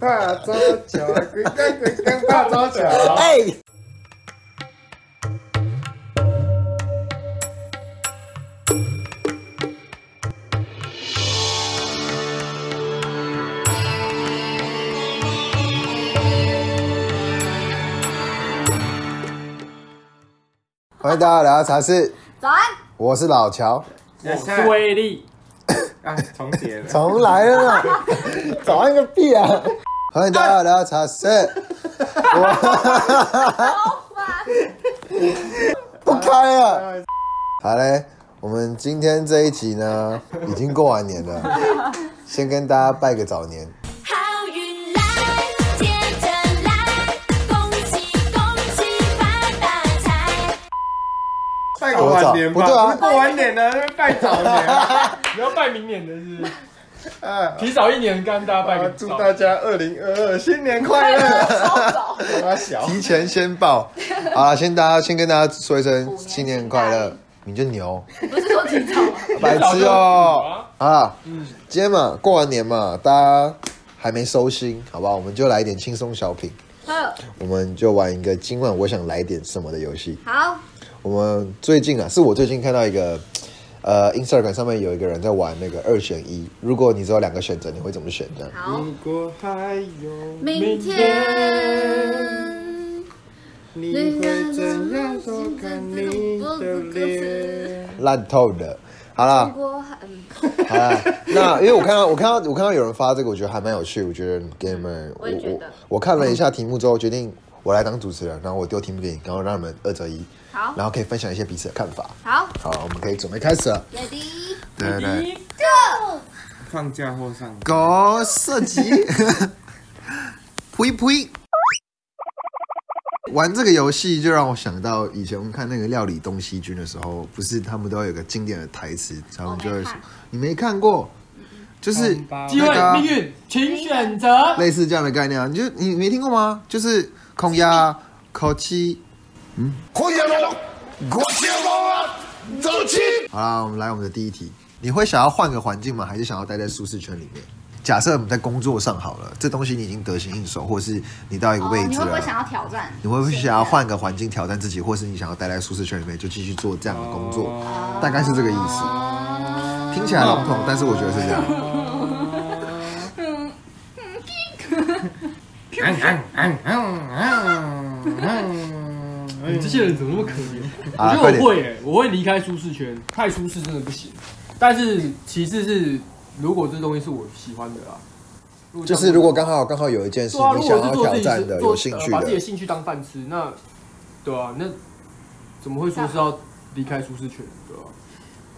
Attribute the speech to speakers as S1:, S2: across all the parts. S1: 怕招桥，鬼干鬼干怕招桥。
S2: 哎、欢迎大家来到茶室，
S3: 早安，
S2: 我是老乔，
S1: 我
S4: 是威力，
S1: 啊，重叠了。
S2: 重来了 啦，早安个屁啊！欢迎大家来到茶室，
S3: 好烦，
S2: 不开 了。好嘞，我们今天这一集呢，已经过完年了，先跟大家拜个早年。
S5: 好运来，接着来，恭喜恭喜发大财！
S1: 拜个晚年吧，
S2: 多
S1: 不是
S2: 早
S1: 啊过完年了，那边拜早年。
S4: 你要拜明年的是不是
S1: 啊，
S4: 提早一年跟大家拜
S1: 啊
S4: 个
S1: 祝
S4: 早。
S1: 大家二零二二新年快乐！
S3: 超早，
S1: 他小，
S2: 提前先 报。好了，先大家先跟大家说一声
S3: 年
S2: 新年快乐，你就牛，
S3: 不是说提早吗？
S2: 白痴哦、
S4: 啊
S2: 啊，今天嘛，过完年嘛，大家还没收心，好不好？我们就来一点轻松小品，
S3: 呵，
S2: 我们就玩一个今晚我想来点什么的游戏。
S3: 好，
S2: 我们最近啊，是我最近看到一个，呃，Instagram 上面有一个人在玩那个二选一，如果你只有两个选择，你会怎么选呢？
S3: 好，
S1: 果还有
S3: 明
S4: 明
S3: 天
S4: 天
S1: 你
S3: 会怎样偷看你的脸？
S2: 烂透了，好啦
S3: 中。国还嗯，
S2: 好啦， 那因为我看到我看到我看到有人发这个，我觉得还蛮有趣。我觉得 gamer，
S3: 我也觉得
S2: 我看了一下题目之后，决定我来当主持人，然后我丢题目给你，然后让你们二择一，
S3: 好
S2: 然后可以分享一些彼此的看法。
S3: 好
S2: 好，我们可以准备开始呃了。
S3: ，Ready，
S2: 对对对，
S1: 放假后 上班，
S2: 狗射击，呸呸。玩这个游戏就让我想到以前我们看那个《料理东西君》的时候，不是他们都有一个经典的台词，他们就会说
S3: 我没看：“嗯
S2: 你没看过，就是
S1: 看吧
S4: 机
S2: 那
S4: 会
S2: 个啊、
S4: 命运，请选 择。
S2: 类似这样的概念啊，你就你没听过吗？就是空压、口气，嗯，空压龙，国气龙啊，走起！好啦，我们来我们的第一题，你会想要换个环境吗？还是想要待在舒适圈里面？假设我们在工作上好了，这东西你已经得心应手，或是你到一个位
S3: 哦，你
S2: 置
S3: 会不
S2: 了，
S3: 会想要挑战？
S2: 你会不会想要换个环境挑战自己，或是你想要待在舒适圈里面就继续做这样的工作？
S4: 哦
S2: 大概是这个意思。听起来笼统，但是我觉得是这样。
S4: 哦
S1: 嗯嗯嗯嗯嗯嗯
S4: 你
S1: 嗯
S4: 哎这些人怎么那么可怜？
S2: 啊
S4: 我觉
S2: 快
S4: 得
S2: 点
S4: 我会、欸，我会离开舒适圈，太舒适真的不行。但是其次是，如果这东西是我喜欢的啦，如果这
S2: 就
S4: 样
S2: 是如果刚好刚好有一件事
S4: 对啊，
S2: 你
S4: 如
S2: 想
S4: 果
S2: 要
S4: 是做
S2: 挑
S4: 自己
S2: 战
S4: 是
S2: 的、
S4: 做
S2: 有兴
S4: 呃
S2: 趣
S4: 把自己的
S2: 的，
S4: 兴趣当饭吃，那对啊，那怎么会说是要离开舒适圈？对啊，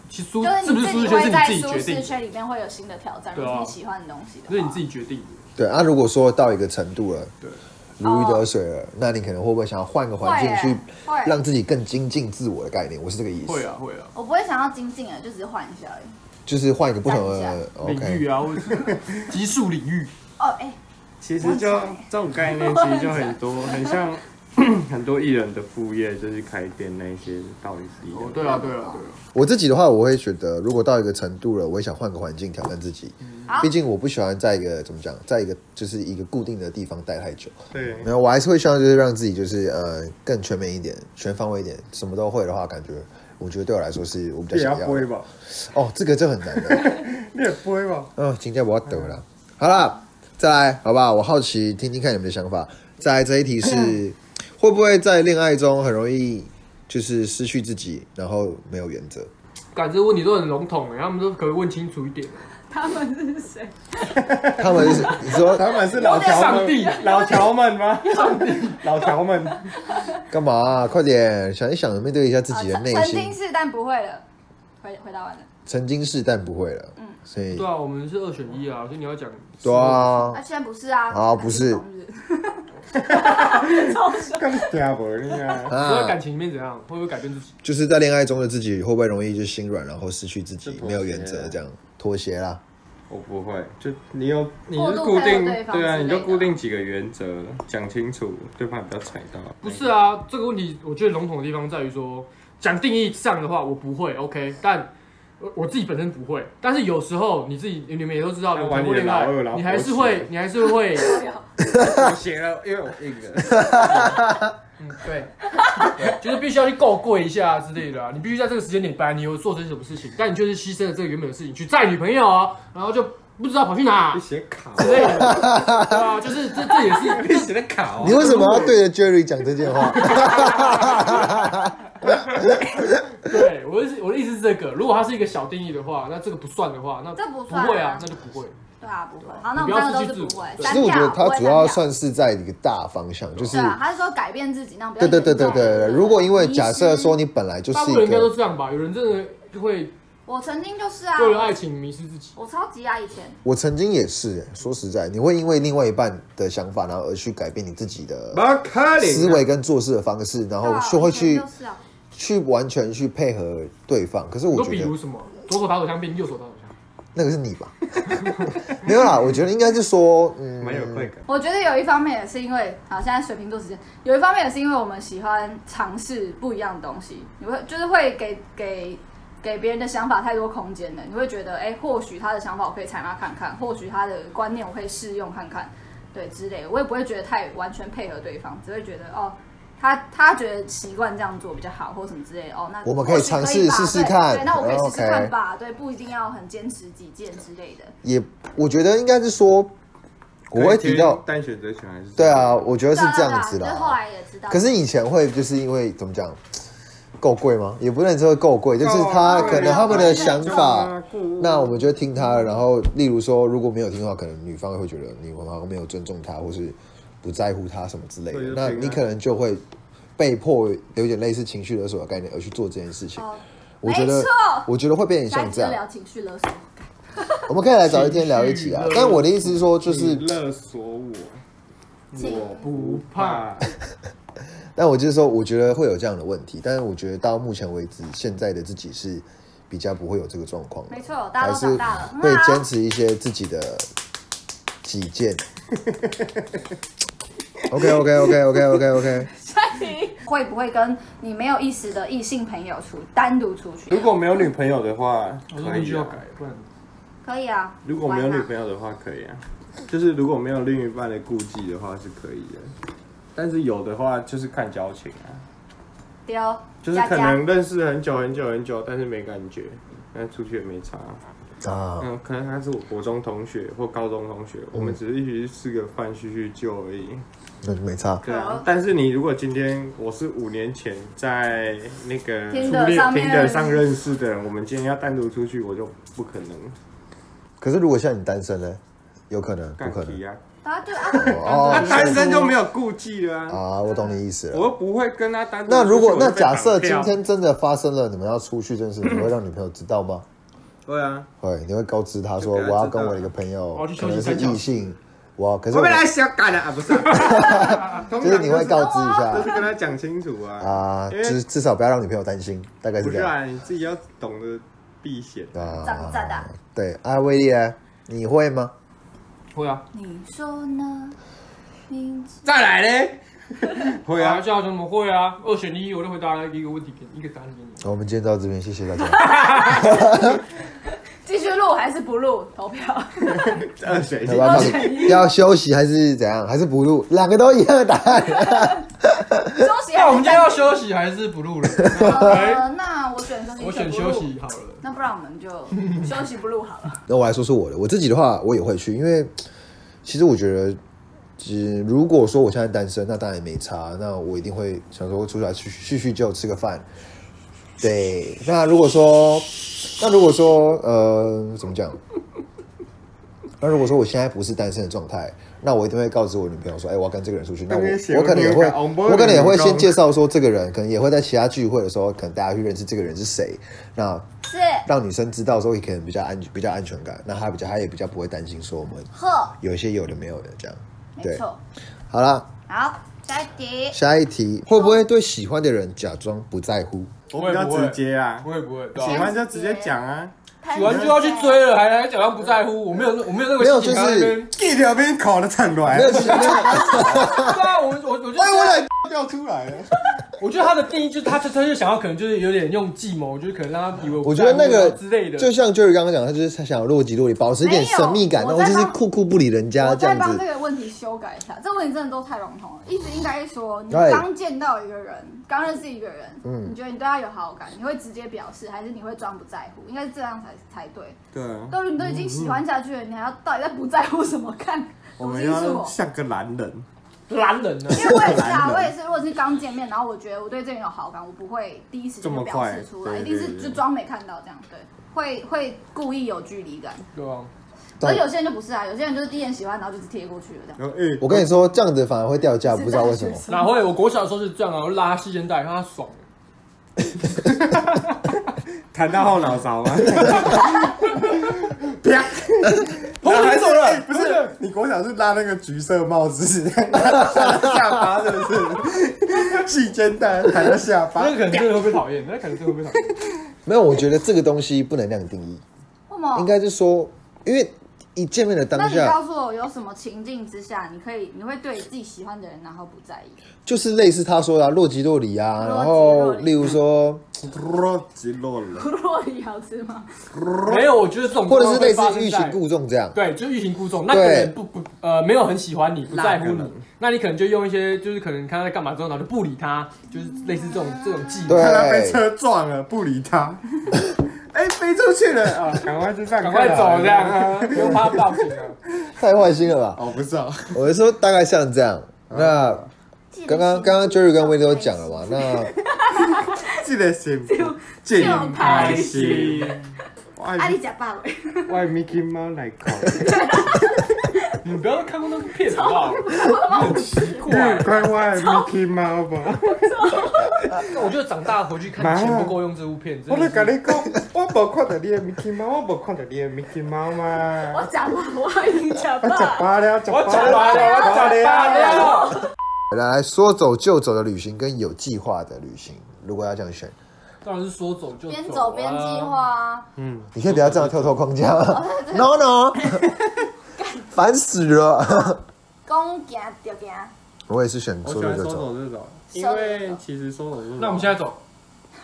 S4: 其实舒
S3: 就是
S4: 是不
S3: 你
S4: 是
S3: 自己
S4: 舒适圈是
S3: 会在
S4: 你自己
S3: 舒
S4: 决
S3: 适
S4: 定的，
S3: 圈里面会有新的挑战，如
S4: 对啊
S3: 果是你喜欢的东西的话，
S4: 是你自己决定的。
S2: 对啊。如果说到一个程度了，
S4: 对，
S2: 如鱼得水了，那你可能会不会想要换个环境去
S3: 哦会欸会
S2: 让自己更精进自我的概念？我是这个意思，
S4: 会啊，会啊。
S3: 我不会想要精进的，就只是换一下而已。
S2: 就是换一个不同
S3: 站一
S2: 的
S4: 领
S2: OK
S4: 域。啊，或者是 技术领域，
S3: 哦，哎，
S4: 其
S1: 其实就这种概 念，其实就很多，很像 很多艺人的副业，就是开店那一些，道理是一
S4: 哦
S1: 样，的。
S4: 对啊，对啊，对啊，
S2: 我自己的话，我会觉得，如果到一个程度了，我也想换个环境挑战自己。
S4: 嗯
S3: 好
S2: 毕竟我不喜欢在一个怎么讲，在一个就是一个固定的地方待太久。
S1: 对
S2: 然后我还是会希望就是让自己就是呃更全面一点、全方位一点，什么都会的话，感觉我觉得对我来说是我比较
S1: 你也要
S2: 想要
S4: 啊
S1: 播
S2: 的。
S1: 吧，
S2: 哦，这个这很难的。
S1: 你也播吧。
S2: 嗯，今天我要抖了。好啦，再来，好不好？我好奇听听看你们的想法。再来这一题 是，会不会在恋爱中很容易就是失去自己，然后没有原则？
S4: 感觉问题都很笼统欸，他们都可以问清楚一点。
S3: 他们是谁？
S2: 他们 是你说
S1: 他们是老条
S4: 上帝
S1: 们，老条们吗？ 老条们，
S2: 干嘛啊、快点想一想，面对一下自己的
S3: 曾
S2: 内
S3: 曾经
S2: 心。
S3: 是，但不会了。回回答完了，
S2: 曾经是，但不会
S3: 嗯
S2: 了。所以
S4: 对啊，我们是二选一啊，所以你要讲。
S2: 对啊
S3: 啊，，现在不是啊。
S2: 好哦不 是
S1: 更听不懂啊！
S4: 所以
S2: 啊
S4: 感，情里面怎样，会不会改变自己？
S2: 就是在恋爱中的自己会不会容易就心软，然后失去自己
S1: 就，妥协
S2: 没有原则，这样妥协啦。
S6: 我不会，就你有你
S3: 过
S6: 就
S3: 度
S6: 固
S3: 配合
S6: 定
S3: 对方
S6: 对啊，
S3: 之
S6: 你
S3: 类
S6: 就
S3: 的
S6: 固定几个原则，讲清楚，对方也不要踩到。
S4: 不是啊，这个问题我觉得笼统的地方在于说，讲定义上的话，我不会 OK，但我我自己本身不会，但是有时候你自己你们也都知道，
S1: 他
S4: 有
S1: 玩
S4: 谈过
S1: 你的
S4: 恋爱
S1: 老二老，
S4: 你
S1: 婆
S4: 还是
S1: 起
S4: 会
S1: 来
S4: 你还是会，
S6: 我写了，因为我硬 了。
S4: 嗯，对， 对就是必须要去够跪一下之类的啊。你必须在这个时间点，本来你有做成什么事情，但你就是牺牲了这个原本的事情去载女朋友啊，然后就不知道跑去哪
S6: 你写卡，哦
S4: 之类的，对啊，就是这这也是
S6: 你写的卡哦
S2: 你。为什么要对着 Jerry 讲这件话？
S4: 对，我的是我的意思是这个，如果它是一个小定义的话，那这个不算的话，那
S7: 这不
S4: 不
S7: 算
S4: 会啊
S7: 啊，
S4: 那就不会。
S7: 对啊，不会。好，那我们三个都是不会。
S4: 你不
S2: 其
S7: 删
S2: 实
S7: 掉
S2: 我觉得他主
S7: 不
S2: 要
S7: 会删掉
S2: 算是在一个大方向，就是
S7: 对啊，他是说改变自己，那种比较啊
S2: 对对对对
S7: 严重
S2: 对
S7: 的
S2: 对。如果因为假设说你本来就
S4: 大
S2: 是
S4: 部分人
S2: 一
S4: 应该都
S2: 个，
S4: 这样吧？有人真的就会
S7: 我曾经就是啊，
S4: 为了爱情迷失自己。
S7: 我超级啊，以前
S2: 我曾经也是、欸说实在，你会因为另外一半的想法，然后而去改变你自己的
S6: 马卡
S4: 啊
S6: 林啊
S2: 思维跟做事的方式，然后
S7: 对啊
S2: 就会
S7: 以
S2: 去
S7: 前就是啊，
S2: 去完全去配合对方。可是
S4: 你
S2: 我
S4: 说
S2: 觉
S4: 比
S2: 得
S4: 如什么，左手打手枪变右手打手枪，
S2: 那个是你吧， 没有啦，我觉得应该是说，嗯，
S6: 蛮有快感。
S7: 我觉得有一方面也是因为，啊好，现在水瓶座时间，有一方面也是因为我们喜欢尝试不一样的东西，你会就是会给给给别人的想法太多空间了，你会觉得，哎、或许他的想法我可以采纳看看，或许他的观念我可以试用看看，对之类的，我也不会觉得太完全配合对方，只会觉得哦。他他觉得习惯这样做比较好，或什么之类的哦。那
S2: 我们可以
S7: 或许
S2: 尝试
S7: 吧
S2: 试试
S7: 对
S2: 看
S7: 对，那我可以试试看
S2: OK
S7: 吧。对，不一定要很坚持己见之类的。
S2: 也我觉得应该是说，我会提到，
S6: 单选择权还是？
S2: 对啊，，我觉得
S7: 对
S2: 是
S7: 啊
S2: 这
S7: 对啊
S2: 样子
S7: 就
S2: 啦。
S7: 是后来也知道。
S2: 可是以前会就是因为怎么讲，够贵吗？也不能说够贵，就是他
S6: 够贵啊
S2: 可能他们的想
S6: 够
S2: 法
S6: 啊够，
S2: 那我们就听他的。然后，例如说，如果没有听的话，可能女方会觉得你好像没有尊重他，或是不在乎他什么之类的
S6: 对就。
S2: 那
S6: 是
S2: 你可能就会被迫有点类似情绪勒索的概念而去做这件事情。
S7: 哦
S2: 我觉得
S7: 没错，
S2: 我觉得会变成
S7: 下一
S2: 像
S7: 次
S2: 这
S7: 就
S2: 样。
S7: 聊情绪勒索。
S2: 我们可以来找一天聊一 起啊
S4: 情绪。勒
S2: 但我的意思是说，就是
S6: 你勒索我，我
S4: 不怕。
S6: 怕。
S2: 但我就是说，我觉得会有这样的问题，但是我觉得到目前为止，现在的自己是比较不会有这个状况的，
S7: 没错，大
S2: 还
S7: 家都
S2: 是
S7: 长大了，嗯啊很
S2: 会
S7: 好
S2: 坚持一些自己的己 见。OK OK OK OK OK OK，
S7: 会不会跟你没有意思的异性朋友出单独出去？
S1: 如果没有女朋友的话，
S4: 我说
S1: 可
S4: 必须
S1: 以、
S4: 要
S1: 啊
S4: 改。，不然
S7: 可以啊，
S1: 如果没有
S7: 玩嘛
S1: 女朋友的话，可以啊。就是如果没有另一半的顾忌的话，是可以的。但是有的话，就是看交情啊。
S7: 丢，
S1: 就是
S7: 佳
S1: 可
S7: 佳
S1: 能认识很久很久很久，但是没感觉，但出去也没差。
S2: 啊，
S1: 嗯，可能他是我国中同学或高中同学，我们只是一起去吃个饭叙叙旧而已。
S2: 那就没差。
S1: 对啊
S7: 好，
S1: 但是你如果今天我是五年前在那个
S7: Tinder
S1: 初恋
S7: 上面
S1: 听的上认识的人，我们今天要单独出去，我就不可能。
S2: 可是如果现在你单身呢？有可能，不
S1: 干
S2: 可
S1: 皮
S2: 能。
S1: 啊！
S7: 大家就
S1: 他
S7: 啊，
S2: 哦
S1: 单身就没有顾忌了啊！
S2: 啊，我懂你意思
S1: 我
S2: 了。
S1: 又不会跟他单独出去。
S2: 那如果
S1: 我就
S2: 那
S1: 被绑
S2: 假设今
S1: 票
S2: 天真的发生了你们要出去这件事，你会让女朋友知道吗？
S1: 对啊，
S2: 会，你会告知他说
S1: 就给他
S2: 我
S1: 知
S2: 要
S1: 道
S2: 跟我的一个朋友
S4: 我要去，
S2: 可
S4: 休息
S2: 能是
S4: 三小时
S2: 异性，我可是
S1: 我
S2: 我
S1: 本来想干的啊，不是啊，通常
S2: 就是你会告知一
S1: 就是
S2: 下
S1: 跟他讲清楚啊，
S2: 啊，
S1: 因为
S2: 至至少不要让女朋友担心，大概
S1: 不
S2: 是
S1: 是
S2: 这样
S1: 啊，你自己要懂得避险。
S7: 赞不
S2: 啊。
S7: 赞的？
S2: 对，啊，威力呢？你会吗？
S4: 会啊，
S7: 你说呢？你
S6: 再来 嘞，
S1: 会 啊，
S4: 叫什么会啊？二选一，我就回答了一个问题给你，一个答案给你。
S2: 我们今天到这边，谢谢大 家。
S7: 继续录还是不录？投 票。
S1: 二选一
S2: 要。不要放？要休息还是怎样？还是不录？两个都一样的答案。
S7: 休息
S4: 那
S7: 还
S4: 我们今
S7: 是
S4: 天要休息还是不录 了？
S7: 呃，那我选休息，
S4: 我选
S7: 不
S4: 休
S7: 录。
S4: 息好了。
S7: 那不然我们 就休息不录好了。
S2: 那我来说说我的，我自己的话，我也会去，因为其实我觉得，只如果说我现在单身，那当然也没差，那我一定会想说出来叙叙叙旧，吃个饭。对，那如果说，那如果说，呃，怎么讲？那如果说我现在不是单身的状态，那我一定会告知我女朋友说，哎、我要跟这个人出去。那
S1: 那
S2: 我
S1: 边写
S2: 我可能也会
S1: 那个，红包
S2: 我可能也会
S1: 领
S2: 先
S1: 章
S2: 介绍说这个人，可能也会在其他聚会的时候，可能大家去认识这个人是谁。那
S7: 是
S2: 让女生知道说，可能比较安比较安全感，那她比较她也比较不会担心说我们
S7: 呵，
S2: 有一些有的没有的这样。
S7: 没
S2: 对，
S7: 错。
S2: 好啦，
S7: 好，下一题。
S2: 下一题会不会对喜欢的人假装不在乎？
S1: 我比较直接啊
S4: 不，会不会，对
S1: 喜
S4: 啊
S1: 欢就直接讲啊，
S4: 喜欢就要去追了，还还假装不在乎。我没有那我没有那个
S2: 没有
S4: 心情
S2: 就是
S4: 在那 边
S1: 一条边烤的灿软
S2: 没有，其实没有，
S4: 对啊，我我我就
S2: 哎，我来
S1: 掉出来了。
S4: 我觉得他的定义就是他就他就想要可能就是有点用计谋，就是可能让他以为
S2: 我觉得那个
S4: 啊之类的，
S2: 就像就是刚刚讲，他就是他想要若即若离，保持一点神秘感，
S7: 没
S2: 然后
S7: 有我在
S2: 就是
S7: 帮
S2: 酷酷不理人家
S7: 我
S2: 这
S7: 再
S2: 样
S7: 帮
S2: 子
S7: 这。个问题修改一下，这个问题真的都太笼统了。一直应该说，你
S2: 哎
S7: 刚见到一个人，刚认识一个人，
S2: 嗯
S7: 你觉得你对他有好感，你会直接表示，还是你会装不在乎？应该是这样才才对。
S1: 对啊，
S7: 都你都已经喜欢下去了，你还要到底在不在乎什么？看，
S1: 我
S7: 读
S1: 们
S7: 清楚
S1: 要
S7: 我。
S1: 像个男人，
S4: 男人呢、
S7: 因为我也是啊，
S1: 男人
S7: 我也是。如果是刚见面，然后我觉得我对这个人有好感，我不会第一时间就表示出来，
S1: 这么快对
S7: 一定
S1: 对
S7: 是
S1: 对
S7: 就装没看到这样。对，会会故意有距离感。
S4: 对啊吧？
S7: 而有些人就不是啊，有些人就是第一眼喜欢，然后就是贴过去了这样。
S1: 然后哎，
S2: 我跟你说，这样子反而会掉价，不知道为什么。
S4: 哪会？我国小的时候是这样啊，我拉他细肩带，让他爽。
S1: 谈到后脑勺啊，啪，
S4: 同学走了，
S1: 不是你国小是拉那个橘色帽子，是下巴是不是？细肩带弹到下巴
S4: 那，个可能真的会被讨厌，那可能真的会被讨 厌。
S2: 没有，我觉得这个东西不能这样定义，
S7: 为什么？
S2: 应该是说，因为一见面的
S7: 哦那
S2: 当
S7: 你
S2: 下，
S7: 告诉我有什么情境之下，你可以你会对自己喜欢的人然后不在意？
S2: 就是类似他说的啊若即若离啊，
S7: 若
S2: 然
S7: 即若离
S2: 后例如说，
S1: 落极落了，
S7: 胡萝卜好吃吗？
S4: 没有，我觉得这种
S2: 或者是类似
S4: 状况会发生
S2: 欲
S4: 在
S2: 擒故纵这样。
S4: 对，就是欲擒故纵。那个
S2: 对
S4: 人不不呃没有很喜欢你，不在乎
S1: 那个
S4: 你，那你可能就用一些就是可能看他在干嘛之后，然后就不理他，就是类似这种这种技
S2: 对
S4: 能。
S1: 看他被车撞了，不理他，哎，飞出去了啊，赶快去上课
S4: 赶
S1: 啊，
S4: 快走这样啊，不用怕报警啊。
S2: 太坏心了吧？
S1: 哦，不是哦，
S2: 我是说大概像这样。那刚刚刚刚 Jerry 跟 w i l l 都讲了嘛，那
S1: 记得先戒烟
S7: 开
S1: 心，哇
S7: 阿里假爸爸，
S1: 外 Mickey 猫来搞，
S4: 你不要看过那个片好不好？
S1: 快外 Mickey 猫吧！
S4: 我觉得长大回去看
S1: 妈
S4: 钱不够用这部片，
S1: 我
S4: 真
S1: 来
S4: 的
S1: 跟
S4: 是。
S1: 你讲，我无看到你的 Mickey 猫，我无看到你的 Mickey 猫嘛。
S7: 我假爸，我阿里假
S1: 我吃
S7: 爸。
S1: 饱了，吃
S4: 我
S1: 饱
S4: 长大了，我长大。了。
S2: 来说走就走的旅行跟有计划的旅行，如果要这样选，
S4: 当然是说走就
S7: 边走边计划。啊，
S2: 你可以不要这样跳脱框架
S1: 哦
S2: 吗 ，no no，烦死了。
S7: 公行就
S2: 啊
S7: 行，
S2: 我也是选
S1: 我
S2: 说
S1: 喜
S2: 走
S1: 欢
S2: 就
S1: 收
S2: 走，
S1: 走这种，
S7: 因
S1: 因
S7: 为
S1: 为其实收走这种，
S4: 那我们现在走，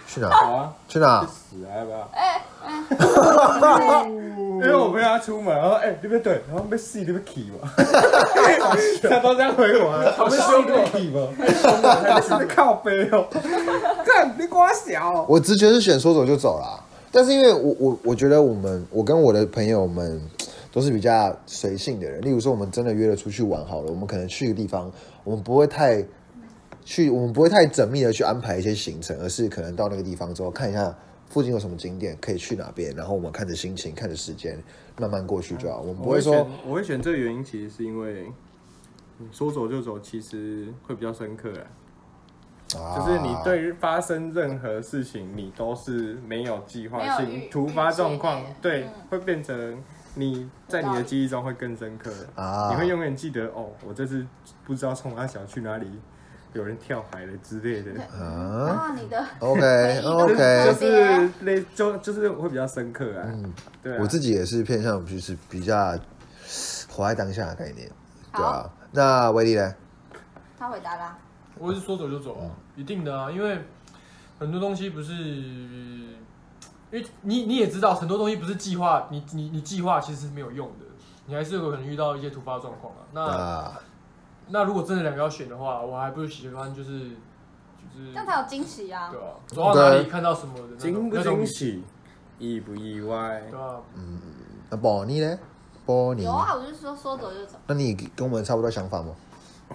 S2: 去哪？
S1: 好啊，
S2: 去哪？
S1: 死来吧。
S7: 哎哎，
S1: 哎 因为我朋友要出门，然后哎，你别对，然后被戏，你别起 嘛。他都这样回我，啊，我被凶过起嘛，还是在靠背 哦。看你瓜小，
S2: 我直觉是选说走就走啦，但是因为我我我觉得我们我跟我的朋友们都是比较随性的人，例如说我们真的约了出去玩好了，我们可能去一个地方，我们不会太去，我们不会太缜密的去安排一些行程，而是可能到那个地方之后看一下附近有什么景点可以去哪边，然后我们看着心情看着时间慢慢过去就好，我们不
S1: 我
S2: 会
S1: 会
S2: 说
S1: 选，我会选这个原因，其实是因为嗯说走就走，其实会比较深刻啊。
S2: 就
S1: 就是你对发生任何事情，你都是没有计划
S7: 没有预
S1: 性，突发状况
S7: 预期内的，
S1: 对
S7: 嗯，
S1: 会变成你在你的记忆中会更深刻。
S2: 啊
S1: 你会永远记得哦，我这次不知道冲他小去哪里，有人跳海了之类的，
S2: 啊
S7: 啊，你的
S2: ，OK
S7: 回忆都是
S1: 就
S2: OK，
S1: 是类就就是会比较深刻啊。对啊，
S2: 我自己也是偏向就是比较活在当下的概念，对啊
S7: 好，
S2: 那威力呢？
S7: 他回答啦，
S4: 我是说走就走啊，一定的啊，因为很多东西不是，因为你你也知道，很多东西不是计划，你你你计划其实是没有用的，你还是有可能遇到一些突发状况啊。那、
S7: 呃
S2: 啊，
S4: 那如果真的两个要选的话，我还不如喜欢就是就是
S7: 这样才有惊喜啊
S4: 对。啊，走到哪里
S2: 对
S4: 看到什么的那
S1: 惊
S4: 种
S1: 不
S4: 那种
S1: 惊喜，意不意外
S4: 对？啊，
S2: 那宝妮呢？宝妮
S7: 有，啊，我就说说走就走。
S2: 那你跟我们差不多想法吗？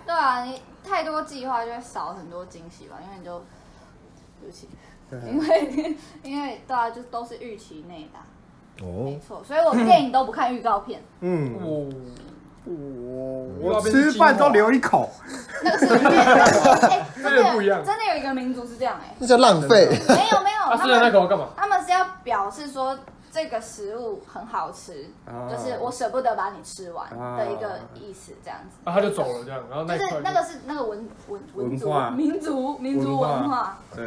S7: 对啊，你太多计划就会少很多惊喜吧，因为你就，对不起，
S2: 啊
S7: 因为因为对啊，就都是预期内的啊、
S2: 哦
S7: 没，错。所以我电影都不看预告片，
S1: 嗯，
S4: 我
S7: 哦
S1: 我吃饭都留一口，
S7: 那 个是里面的，哎、真
S4: 那
S7: 的
S4: 个不一样
S7: 真的有一个民族是这样哎、
S2: 那叫浪费。
S7: 没有没
S4: 他
S7: 有，他
S4: 吃啊了那
S7: 们
S4: 口干嘛？
S7: 他们是要表示说这个食物很好吃，
S1: 啊
S7: 就是我舍不得把你吃完
S1: 啊
S7: 的一个意思，这样子。
S4: 啊，他就走了这样，然后那
S7: 就
S4: 一块
S7: 是那个是那个文文文族
S1: 文化
S7: 民族民族文
S1: 文
S7: 化
S1: 化，对。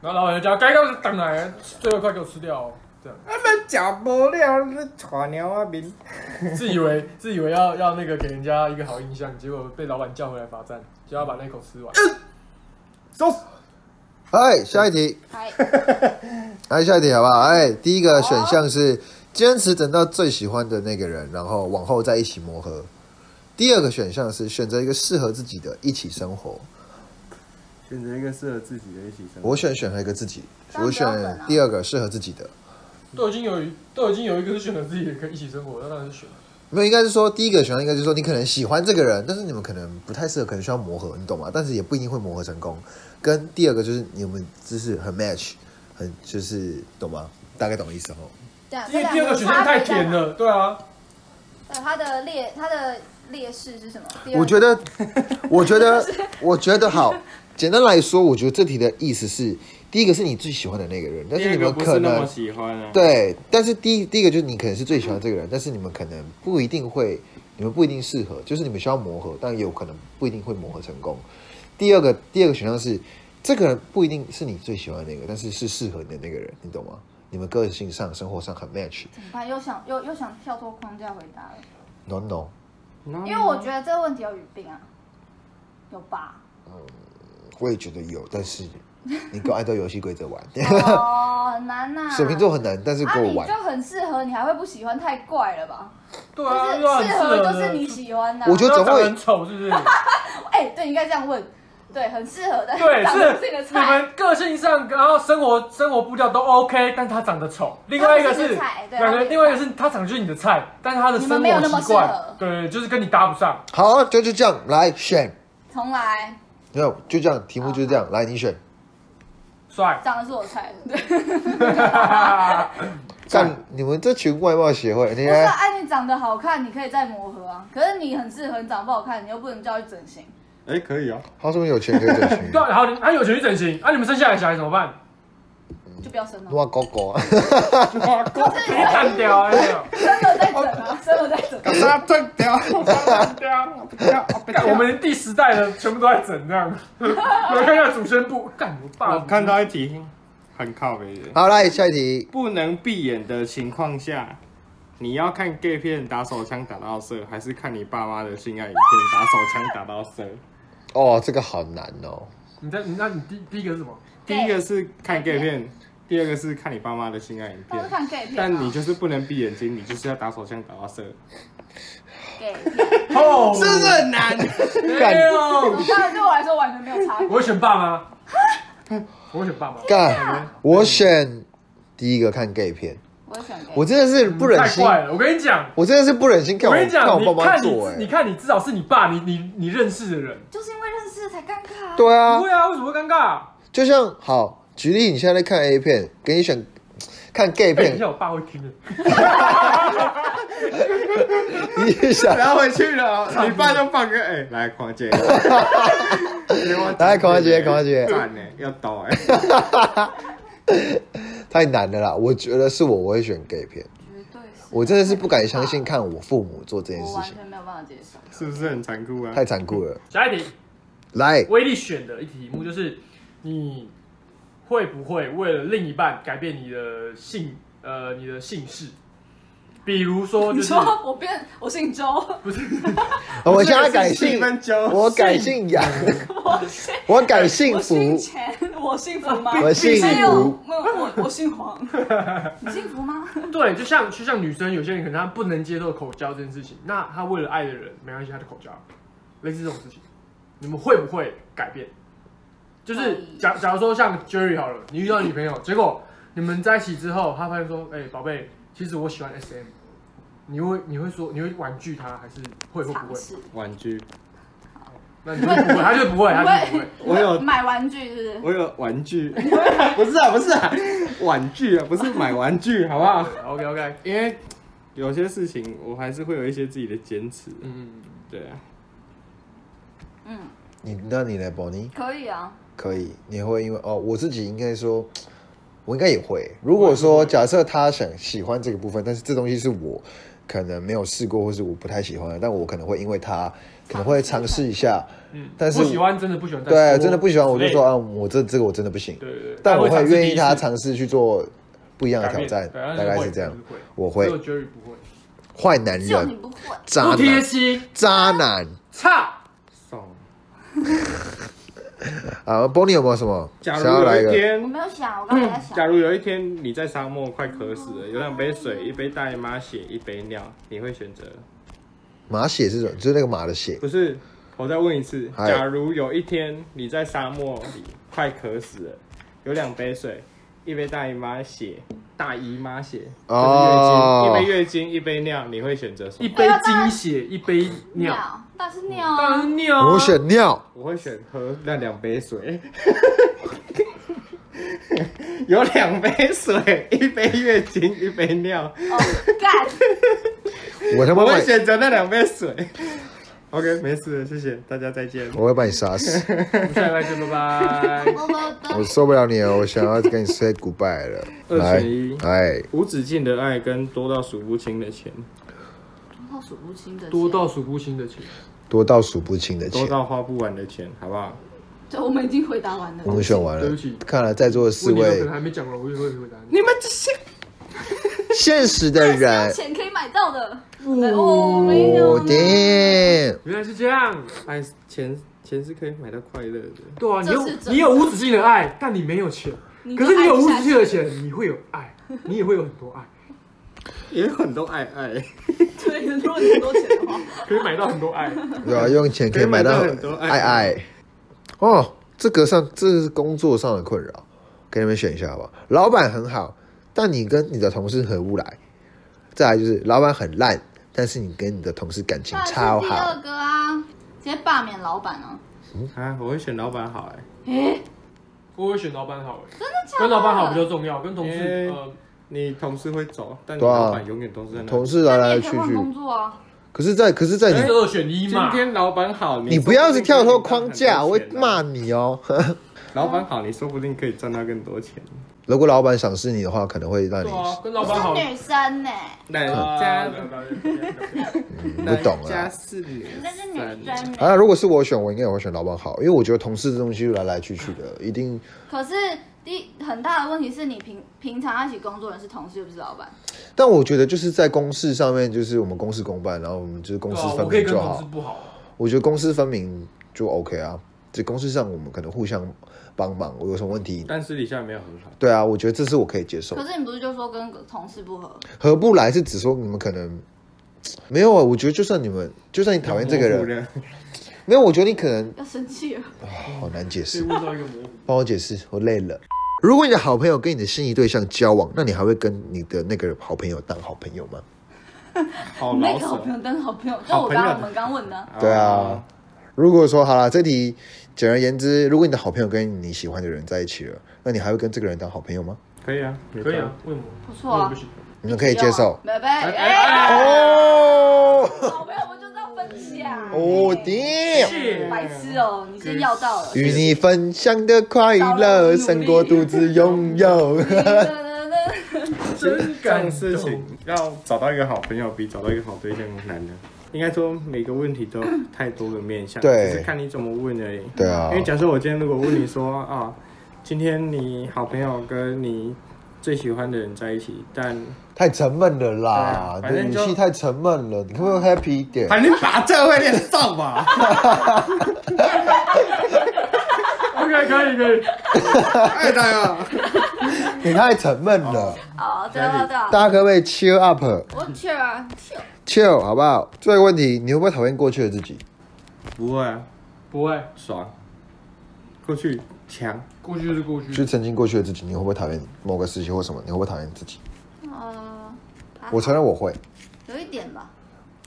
S4: 然后老板就叫该干嘛当然，最后一块给我吃掉、哦，这样。
S1: 假不了，那炒鸟啊民。
S4: 自以为 自以为要要那个给人家一个
S7: 嗯
S4: 好印象，结果被老板叫回来罚站，就要把那口吃完。
S1: 走，
S2: 哎，下一题，
S7: 嗨，
S2: 哎，下一题好不好？哎，第一个选项是坚持等到最喜欢的那个人，然后往后再一起磨合。第二个选项是选择一个适合自己的一起生活。
S1: 选择一个适合自己的一起生活。
S2: 我选选了一个自己，
S7: 当
S2: 我
S7: 然
S2: 选
S7: 不要本啊
S2: 第二个适合自己的。
S4: 都已经有一都已经有一个是选择自己可以一起生活，那当然是选。
S2: 没有，应该是说第一个选项应该就是说你可能喜欢这个人，但是你们可能不太适合，可能需要磨合，你懂吗？但是也不一定会磨合成功。跟第二个就是你们就是很 match，很就是懂吗？大概懂意思哦。
S3: 对啊，
S4: 因为第二个选项太甜了，对啊，
S3: 对。它的劣，它的劣势是什么？第二
S2: 我觉得，我觉得，我觉得好。简单来说，我觉得这题的意思是，第一个是你最喜欢的那个人，但
S1: 第
S2: 是
S1: 二
S2: 你
S1: 个
S2: 们
S1: 不
S2: 可
S1: 是那么
S2: 能
S1: 喜欢啊。
S2: 对，但是第一第一个就是你可能是最喜欢这个人，但是你们可能不一定会，你们不一定适合，就是你们需要磨合，但也有可能不一定会磨合成功。第二个第二个选项是，这个人不一定是你最喜欢的那个，但是是适合你的那个人，你懂吗？你们个性上、生活上很 match。
S7: 怎么办？又想又又想跳脱框架回答了，
S2: No no，
S1: 因
S7: 因为我觉得这个问题有语病啊，有吧？
S2: 我也觉得有，但是你给我按照游戏规则玩。
S7: 哦，很难呐、
S2: 水瓶座很难，但是
S7: 啊，
S2: 给我
S7: 你
S2: 玩。
S7: 就很适合，你还会不喜欢？太怪了吧？
S4: 对
S7: 就
S4: 啊，
S7: 是
S4: 又要很
S7: 适合
S4: 适合
S7: 就是你喜欢的、啊。
S2: 我觉得
S4: 要
S2: 总
S4: 长得
S2: 会
S4: 很丑，是不 是？
S7: 哎、对，你应该这样问。对，很适合的，
S4: 对，
S7: 长得不是你的
S4: 是你
S7: 菜。
S4: 们个性上，然后生活生活步调都 OK，但他长得丑。另外一个
S7: 他不
S4: 是
S7: 是你的菜对
S4: 两个
S7: 他不是你的菜，
S4: 另外一个是他长得就是你的菜，但是他的
S7: 你
S4: 生
S7: 们没有那
S4: 活
S7: 么
S4: 习惯
S7: 适合，
S4: 对，就是跟你搭不上。
S2: 好，就就这样来选，
S7: 重来，
S2: 没有就这样，题目就是这样，来你选。
S4: 帅， 啊
S7: 长得是我菜。 对，
S2: 干，你们这群外貌协会，你
S7: 不是啊
S2: 来
S7: 哎、你长得好看，你可以再磨合啊。可是你很适合，你长得不好看，你又不能叫去整形。
S1: 哎，可以啊。
S2: 好什么有钱可以整群
S4: 对，？然后你啊有钱去整形，啊你们生下来的小孩怎么办？
S2: 嗯
S7: 就不要生了，
S2: 哇狗狗啊，
S7: 就是
S4: 被干掉啊！
S7: 生了再整 啊，生了再整。
S1: 他断掉，
S4: 对啊，干我们第十代的全部都在整这样。我看一下祖先部，干我爸，
S1: 我看到一题很靠北的，
S2: 好来下一题，
S1: 不能闭眼的情况下，你要看 gay 片打手枪打到射，还是看你爸妈的性爱影片打手枪打到射？
S2: 哦，这个好难哦。
S4: 你在你那你第第一个是什么？
S1: 第一个是看 gay 片，第二个是看你爸妈的性爱影
S7: 都是
S1: 片。
S7: 看 gay 片、啊，
S1: 但你就是不能闭眼睛，你就是要打手枪打到射。
S7: gay 片，
S4: 哦，
S1: 很难。
S2: 干
S7: 当然对我来说完全没有差别。
S4: 我会选爸 妈，我会选爸妈。
S2: 干，我选第一个看 gay 片，
S7: 我也选 gay，
S2: 我真的是不忍
S4: 太
S2: 心，
S4: 怪了，我跟你讲。
S2: 我真的是不忍心看
S4: 我
S2: 我
S4: 跟你
S2: 看
S4: 讲，
S2: 我
S4: 你
S2: 爸妈
S4: 看你
S2: 做
S4: 自，你
S2: 哎，
S4: 看你至少是你爸，你你你认识的人。
S7: 就是因为认识才尴尬、啊。
S2: 对啊
S4: 不，会啊，为什么会尴尬？
S2: 就像好举例，你现在在看 A 片，给你选看 gay
S4: 等
S2: 片
S4: 一，下，我爸会听的。
S2: 你想
S1: 然后回去了，你爸就放个哎、来狂 姐，
S2: 来狂姐狂姐
S1: 赞呢，要倒哎、
S2: 太难了啦！我觉得是我，我会选 gay 片。
S7: 绝对是，
S2: 我真的是不敢相信，看我父母做这件
S7: 我
S2: 事
S7: 完
S2: 情，
S7: 全没有办法接受。
S1: 是不是很残酷啊？
S2: 太残酷了。
S4: 下一题，
S2: 来，
S4: 威力选的一题目就是你会不会为了另一半改变你的姓呃你的姓氏？比如说就
S7: 你
S4: 是
S7: 说我变，我姓周，
S4: 不是
S2: 我现在改
S1: 四
S2: 姓，
S1: 分钟，
S2: 我改姓杨，
S7: 我姓，
S2: 我改幸
S7: 我姓
S2: 福，
S7: 钱，我幸福吗？
S2: 我姓
S7: 没有
S2: 福，，
S7: 没有，我我姓 黄。你幸福吗？
S4: 对，就像就像女生有些人可能她不能接受口交这件事情，那她为了爱的人没关系，她就口交，类似这种事情，你们会不会改变？就是
S7: 会
S4: 假假如说像 Jerry 好了，你遇到女朋友，结果你们在一起之后，她发现说，哎、宝贝，其实我喜欢 SM，你会你会说你会婉拒她，还是会会不
S7: 尝
S4: 会？
S7: 试，
S1: 玩具，
S4: 那你就不会，她就不会，她就 不会。
S7: 你
S1: 我有
S7: 买玩具是不是？
S1: 我有玩 具，不是啊，不是啊，玩具啊，不是买玩具，好不好？
S4: OK OK，
S1: 因为有些事情我还是会有一些自己的坚持，
S4: 嗯，
S1: 对啊，
S7: 嗯，
S2: 你那你来 b 尼
S7: 可以啊。
S2: 可以，你会因为哦，我自己应该说，我应该也会。如果说假设他想喜欢这个部分，但是这东西是我可能没有试过，或是我不太喜欢的，但我可能会因为他可能会尝试一下，
S4: 嗯
S2: 但是
S4: 不喜欢真的不喜欢再说，
S2: 对，真的不喜欢我就说
S4: 对
S2: 啊，我这这个我真的不行。
S4: 对对对，
S2: 但我会
S4: 尝试
S2: 愿
S4: 第
S2: 意
S4: 一
S2: 他
S4: 次
S2: 尝试去做不一样的
S4: 改
S2: 挑
S4: 变
S2: 战，
S4: 对但
S2: 大概
S4: 会
S2: 是这样
S4: 还。
S2: 我
S4: 是会只
S2: 会
S4: 有 Jerry 不会，
S2: 坏男
S7: 就你
S2: 人、
S7: 不会，
S2: 渣
S4: 不贴
S2: 男、
S4: 心，
S2: 渣男。
S4: 差。
S1: 送
S2: 啊，Bonnie 有没有什么
S1: 假
S2: 想
S1: 如
S2: 要来
S1: 有
S2: 一
S1: 一
S2: 个？
S1: 天
S7: 我没有想，我刚才在
S2: 嗯
S1: 假
S7: 想，
S4: 嗯
S1: 如有一天你在沙漠快渴死了，有两杯水，一杯大姨妈血，一杯尿，你会选择？
S2: 马血是什么？就是那个马的血。
S1: 不是，我再问一次，
S2: 嗨
S1: 假如有一天你在沙漠里快渴死了，有两杯水，一杯大姨妈血，大姨妈血，
S2: 哦
S1: 就是月经，一杯月经，一杯尿，你会选择什
S4: 一
S1: 么？
S4: 杯精血，一杯尿，
S7: 尿，但是尿
S4: 当然
S7: 啊
S4: 是，尿啊。
S2: 我选尿。
S1: 我会选喝那两杯水。 有两杯水，一杯月经，一杯尿，
S4: 嗯
S7: 哦，干，
S2: 我他妈
S1: 我
S2: 把
S1: 会
S2: 你，
S1: 选择那两杯水。OK，没事了，谢谢大家，再见。
S2: 我会把你杀死，
S4: 我们下礼拜见，拜拜。
S7: 我们
S2: 我受不了你了，我想要跟你 say goodbye 了。
S1: 二
S2: 来
S1: 选一，
S2: 哎，
S1: 无止境的爱跟多到数不清的钱，
S7: 多到数不清 的，
S4: 多，到数不清的钱，
S2: 多到数不清的
S1: 多
S2: 钱，
S1: 到花不完的钱，好不好？
S7: 对，我们已经回答完了
S2: 我。们选完
S4: 对
S2: 了
S4: 不起。
S2: 看来在座的四
S4: 问题有可
S2: 位
S4: 能还没讲完，我也会回答你。
S1: 你们这些
S2: 现实的
S7: 是用
S2: 人，
S7: 钱可以买到的，哦，没
S2: 嗯
S7: 有
S2: 我，的
S4: 原来是这样，
S1: 爱钱钱是可以买到快乐的，
S4: 对啊，你有
S7: 这是真的
S4: 你有无止境的爱，但你没有钱。
S7: 你就
S4: 可是你有
S7: 爱不
S4: 无
S7: 下
S4: 止
S7: 去
S4: 境的钱，你会有爱，你也会有很多爱，
S1: 也有很多爱爱，
S7: 对，如果你很多钱 的话，
S4: 可以买到很多爱。
S2: 对啊，用钱可以买到
S1: 可以买到很多爱
S2: 爱爱。哎哦，这个上这是工作上的困扰，给你们选一下好不好？老板很好，但你跟你的同事合不来。再来就是老板很烂，但是你跟你的同事感情
S7: 当然
S2: 超
S7: 是第
S2: 好
S7: 二。个啊，直接罢免老板 啊，
S1: 啊，我会选老板好哎、
S7: 诶，
S4: 我会选老板好，欸
S7: 真的假的？
S4: 跟老板好比较重要，跟同
S1: 耶
S4: 事呃，
S1: 你同事会走，但你
S2: 对啊
S1: 老板永远都是在那。
S2: 同事来
S7: 那你
S2: 来
S7: 也
S2: 去
S7: 可以换
S2: 去，
S7: 工作啊，
S2: 可是在，可是在你
S4: 这二选一
S1: 今
S4: 嘛。
S1: 天老板好，
S2: 你不要是跳脱框架，我
S1: 啊
S2: 会骂
S1: 你
S2: 你哦。
S1: 说不定可以赚到更多钱啊。老板好，你说不定可以赚到更多钱。
S2: 如果老板赏识你的话，可能会让你
S4: 对啊，跟老
S7: 我
S4: 板好
S7: 是。女生呢，
S1: 人
S4: 啊
S1: 家
S2: 你不懂
S1: 人家
S2: 啊。
S1: 是女
S7: 那是女
S1: 生，
S7: 生呢。
S2: 啊，如果是我选，我应该也会选老板好，因为我觉得同事这东西来来去去的，一定
S7: 可是第很大的问题是你平平常一起工作的人是同事又不是老板，
S2: 但我觉得就是在公事上面，就是我们公事公办，然后我们就是公
S4: 对
S2: 私
S4: 啊，
S2: 分
S4: 我可以
S2: 明
S4: 跟
S2: 就
S4: 同事
S2: 好。
S4: 不好啊。
S2: 我觉得公私分明就 OK 啊，这公事上我们可能互相帮忙，我有什么问题，
S1: 但私底下没有很好。
S2: 对啊，我觉得这是我可以接受
S7: 可。是你不是就说跟同事不合？
S2: 合不来是只说你们可能没有啊，我觉得就算你们，就算你讨厌这个人，
S1: 人，
S2: 没有，我觉得你可能
S7: 要生气了，
S2: 好难解
S4: 所以
S2: 释，
S4: 问到一个模糊。
S2: 帮我解释，我累了。如果你的好朋友跟你的心仪对象交往，那你还会跟你的那个好朋友当好朋友吗？
S1: 好
S7: 那
S1: 老
S7: 个好朋
S1: 手。
S7: 友当好朋友，就
S1: 好
S7: 我
S1: 朋友
S7: 刚刚我们刚问的啊，
S2: 对啊，如果说好了，这题简而言之，如果你的好朋友跟你喜欢的人在一起了，那你还会跟这个人当好朋友吗？
S1: 可以啊，
S4: 可以啊，，为什么？
S7: 不
S4: 为
S7: 错
S4: 什么
S7: 啊
S4: 不，行？
S2: 你们可以接受
S7: 拜拜。
S1: 哎
S7: 哎
S1: 哎
S2: 哦
S7: 好朋友我们就是要分享。
S2: 哦，damn！
S4: 是
S7: 白痴哦，你先要到了。
S2: 与你分享的快乐胜过独自拥有。
S4: 真
S1: 这种
S4: 感
S1: 事
S4: 动
S1: 情。要找到一个好朋友比找到一个好对象难的。应该说每个问题都有太多的面向，
S2: 对
S1: 只是看你怎么问而已。
S2: 对啊
S1: 因为，假设我今天如果问你说啊，今天你好朋友跟你最喜欢的人在一起，但
S2: 太沉闷了
S1: 对啊
S2: 啦，
S1: 反
S2: 你的
S1: 正
S2: 语
S1: 就
S2: 气太沉闷了，你可不可以 happy 一点？
S1: 正啊把这会练上吧。
S4: OK，可以可以。
S1: 哎大呀，
S2: 你太沉闷了，
S7: 好，对了对了，
S2: 大家可不可以 cheer up，chill
S7: 我去啊，去
S2: 好不好？最后一个问题，你会不会讨厌过去的自己？
S1: 不会啊，
S4: 不会，
S1: 爽，过去强，
S4: 过去就是过去。
S2: 就曾经过去的自己，你会不会讨厌某个时期或什么？你会不会讨厌自己？
S7: 呃，
S2: 我承认我会，
S7: 有一点吧，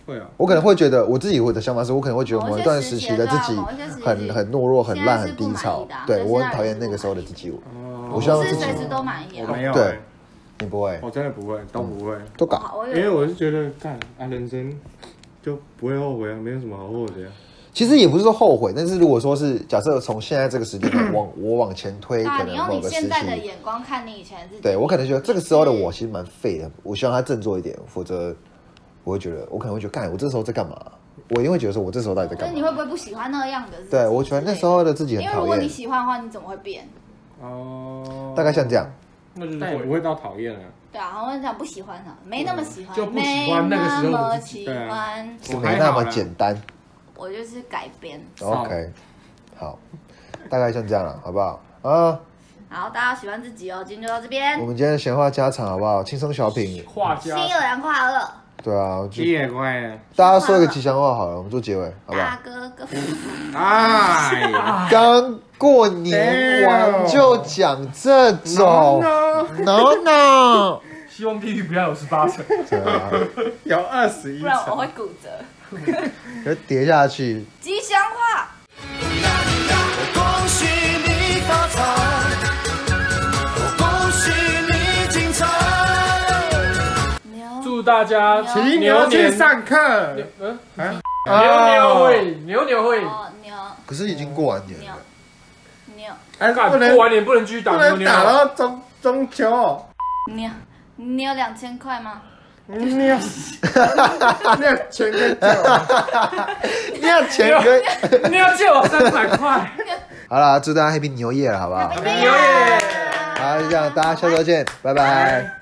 S1: 会啊，
S2: 我可能会觉得我自己我的想法是我可能会觉得
S7: 某一
S2: 某一
S7: 些
S2: 段
S7: 时
S2: 时
S7: 期
S2: 期的
S7: 对
S2: 自
S7: 啊
S2: 己
S7: 某一些时期
S2: 很很懦弱、很烂、
S7: 现在是
S2: 很
S7: 不
S2: 低
S7: 满
S2: 潮
S7: 意的啊，
S2: 对
S7: 但是
S2: 我很
S7: 那
S2: 讨厌
S7: 人
S2: 那
S7: 是
S2: 个
S7: 不
S2: 时候的
S7: 满意
S2: 自己。我
S1: 哦
S2: 我希望
S7: 不
S2: 自
S7: 是
S2: 己
S7: 随时都满意
S1: 我
S7: 啊。
S1: 没有、
S2: 对
S1: 欸，
S2: 你不会
S1: 我真的不会，都不会。
S2: 都
S7: 我
S2: 搞。
S7: 哦好，我
S1: 因为
S7: 有
S1: 我是觉得，干啊，人生就不会后悔啊，没有什么好后悔的呀、
S2: 其实也不是说后悔，但是如果说是假设从现在这个时间点往 我往前推，
S7: 啊，
S2: 可
S7: 你
S2: 能
S7: 用
S2: 某
S7: 你
S2: 个
S7: 现
S2: 时
S7: 在的
S2: 期，
S7: 眼光看你以前自己，
S2: 对我可能觉得这个时候的我其实蛮废的，我希望他振作一点，否则我会觉得我可能会觉得干我这时候在干嘛？我一定会觉得说我这时候到底在
S7: 就是
S2: 干
S7: 你
S2: 嘛？
S7: 会不会不喜欢那样的自己？
S2: 对我喜欢那时候的自己很
S7: 因为如
S2: 讨
S7: 果你
S2: 厌，
S7: 喜欢的话，你怎么会变？
S1: 哦，
S2: 大概像这样。
S4: 那就是
S1: 但也不
S4: 会。
S1: 会到讨厌啊。
S7: 对啊，我讲不喜欢他，没那么喜欢，
S4: 就不
S7: 没
S4: 喜欢那个时候
S7: 么
S4: 的自己
S7: 喜
S1: 对啊
S7: 欢，
S1: 我
S2: 没
S1: 还
S2: 那
S1: 好
S2: 么
S1: 啦
S2: 简单。
S7: 我就是改编。
S1: 少
S2: OK，好，大概像这样了，好不好？啊，
S8: 好，大家喜欢自己哦，今天就到这边
S7: 嗯
S2: 我，们今天的闲话家常，好不好？轻松小品，
S4: 画
S8: 新
S4: 家
S8: 年快乐，
S2: 对啊，就
S1: 也快了
S2: 大家说一个吉祥话好了，我们做结尾，好不
S8: 大
S2: 好？
S8: 哥哥，
S1: 哎呀，
S2: 刚过年完就讲这种，no no，
S4: 希望地狱不要有十八 层。
S2: 对啊，
S6: 有二十一
S7: 不然我会骨折。
S2: 要跌下去，
S7: 吉祥话。
S9: 恭喜你发财，我恭喜你精彩。
S8: 牛
S4: 祝大家
S1: 骑牛去上课，
S4: 嗯牛牛
S1: 啊，
S4: 会牛牛会，
S8: 哦牛
S2: 可是已经过完年
S8: 牛
S2: 了，
S8: 牛
S1: 哎，
S4: 干
S1: 不能
S4: 过完年不能继续打
S1: 不
S4: 牛
S1: 能
S4: 牛，
S1: 打到中中 秋，
S8: 牛，你有两千块吗？
S1: 你有你有全跟酒，
S2: 你要钱跟
S4: 你要借我三百块，
S2: 好啦，祝大家 Happy 牛业了，好不好？
S4: 牛耶！
S2: 好，就这样，大家下周见，拜拜。